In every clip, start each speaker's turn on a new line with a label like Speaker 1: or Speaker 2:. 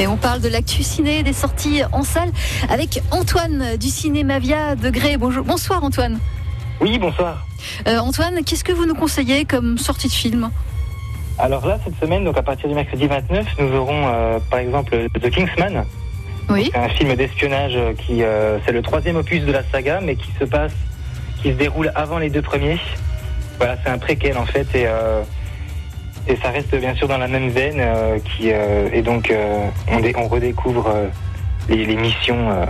Speaker 1: Et on parle de l'actu ciné, des sorties en salle avec Antoine du Cinémavia de Gré. Bonjour, bonsoir Antoine.
Speaker 2: Oui, bonsoir.
Speaker 1: Euh, Antoine, qu'est-ce que vous nous conseillez comme sortie de film
Speaker 2: Alors là, cette semaine, donc à partir du mercredi 29, nous aurons euh, par exemple The Kingsman.
Speaker 1: Oui.
Speaker 2: C'est un film d'espionnage qui euh, c'est le troisième opus de la saga, mais qui se passe, qui se déroule avant les deux premiers. Voilà, c'est un préquel en fait, et, euh, et ça reste bien sûr dans la même veine, euh, qui euh, et donc euh, on, dé- on redécouvre euh, les, les missions euh,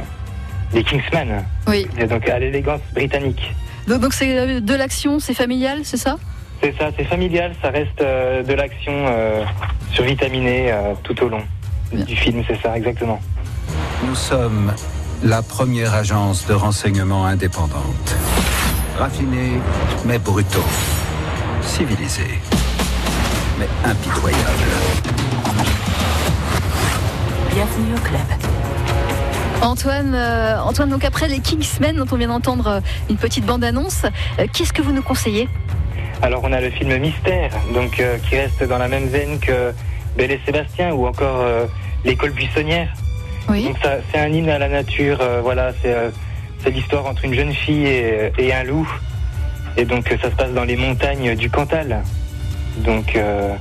Speaker 2: des Kingsman,
Speaker 1: Oui.
Speaker 2: et donc à l'élégance britannique.
Speaker 1: Donc donc c'est euh, de l'action, c'est familial, c'est ça
Speaker 2: C'est ça, c'est familial, ça reste euh, de l'action euh, survitaminée euh, tout au long
Speaker 1: Bien.
Speaker 2: du film, c'est ça exactement.
Speaker 3: Nous sommes la première agence de renseignement indépendante. Raffinée, mais brutaux. Civilisée, mais impitoyable.
Speaker 4: Bienvenue au club.
Speaker 1: Antoine, euh, Antoine, donc après les Kingsmen dont on vient d'entendre euh, une petite bande-annonce, euh, qu'est-ce que vous nous conseillez
Speaker 2: Alors on a le film Mystère, donc euh, qui reste dans la même veine que Belle et Sébastien ou encore euh, l'école buissonnière.
Speaker 1: Oui.
Speaker 2: Donc ça, c'est un hymne à la nature. euh, voilà, c'est euh, c'est l'histoire entre une jeune fille et, euh, et un loup. Et donc euh, ça se passe dans les montagnes du Cantal. Donc euh,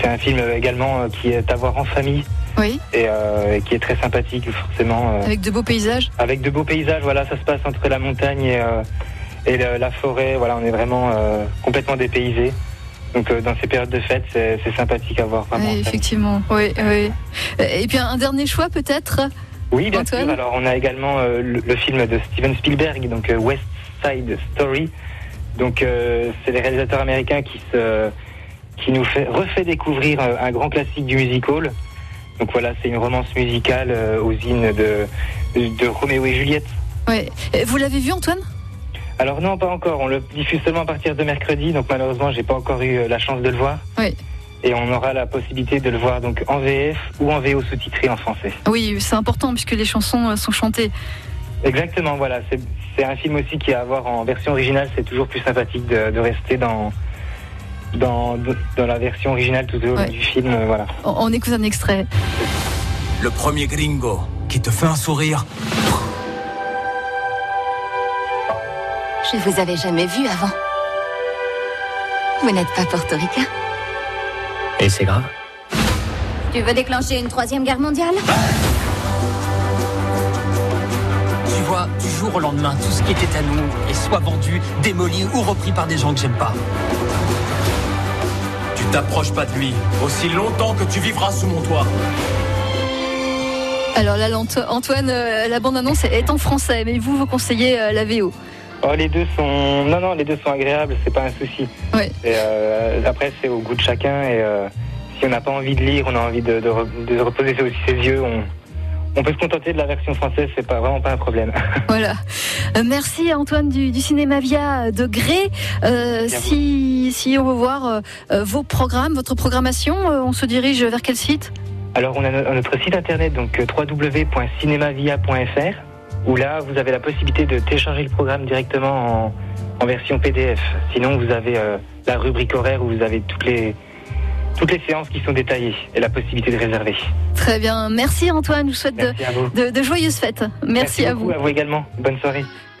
Speaker 2: c'est un film euh, également euh, qui est à voir en famille
Speaker 1: Oui,
Speaker 2: et, euh, et qui est très sympathique forcément. euh,
Speaker 1: avec de beaux paysages.
Speaker 2: avec de beaux paysages. Voilà, ça se passe entre la montagne et, euh, et le- la forêt. Voilà, on est vraiment euh, complètement dépaysé. Donc euh, dans ces périodes de fête, c'est c'est sympathique à voir vraiment.
Speaker 1: Oui, effectivement. Oui, oui. Euh, Et puis un un dernier choix peut-être
Speaker 2: Oui, bien
Speaker 1: Antoine
Speaker 2: sûr. Alors on a également euh, le, le film de Steven Spielberg, donc euh, West Side Story. Donc euh, c'est les réalisateurs américains qui se qui nous fait, refait découvrir euh, un grand classique du music hall. Donc voilà, c'est une romance musicale euh, aux hymnes de de Roméo et Juliette.
Speaker 1: Oui. Euh, Vous l'avez vu Antoine
Speaker 2: Alors non, pas encore. On le diffuse seulement à partir de mercredi, donc malheureusement, j'ai pas encore eu euh, la chance de le voir.
Speaker 1: Oui.
Speaker 2: Et on aura la possibilité de le voir donc en VF ou en VO sous-titré en français.
Speaker 1: Oui, c'est important puisque les chansons euh, sont chantées.
Speaker 2: Exactement, voilà. C'est- C'est un film aussi qui a à voir en version originale. C'est toujours plus sympathique de, de rester dans dans, dans la version originale tout au long
Speaker 1: Ouais.
Speaker 2: du film. euh, Voilà.
Speaker 1: On- On écoute un extrait.
Speaker 5: Le premier gringo qui te fait un sourire,
Speaker 4: Je vous avais jamais vu avant. Vous n'êtes pas portoricain.
Speaker 6: Et c'est grave.
Speaker 4: Tu veux déclencher une troisième guerre mondiale
Speaker 6: Tu vois, du jour au lendemain, tout ce qui était à nous est soit vendu, démoli ou repris par des gens que j'aime pas.
Speaker 5: tu t'approches pas de lui. Aussi longtemps que tu vivras sous mon toit.
Speaker 1: Alors là, l'Anto- Antoine, euh, la bande-annonce est en français, mais vous, vous conseillez euh, la VO.
Speaker 2: Oh, les deux sont non non, les deux sont agréables. C'est pas un souci.
Speaker 1: Ouais.
Speaker 2: Et, euh, après, c'est au goût de chacun. Et euh, si on n'a pas envie de lire, on a envie de, de re- de reposer aussi ses yeux. On, on peut se contenter de la version française. C'est pas vraiment pas un problème.
Speaker 1: Voilà. Euh, merci à Antoine du, du Cinéma Via de Gré. Euh,
Speaker 2: Bien
Speaker 1: si, si on veut voir euh, euh, vos programmes, votre programmation, euh, on se dirige vers quel site
Speaker 2: Alors, on a no- notre site internet, donc euh, www.cinemavia.fr, où là, vous avez la possibilité de télécharger le programme directement en, en version PDF. Sinon, vous avez euh, la rubrique horaire où vous avez toutes les, toutes les séances qui sont détaillées et la possibilité de réserver.
Speaker 1: Très bien. Merci Antoine, je vous souhaite de,
Speaker 2: Merci à vous.
Speaker 1: de- de joyeuses fêtes. Merci, à vous.
Speaker 2: beaucoup, À vous également. Bonne soirée.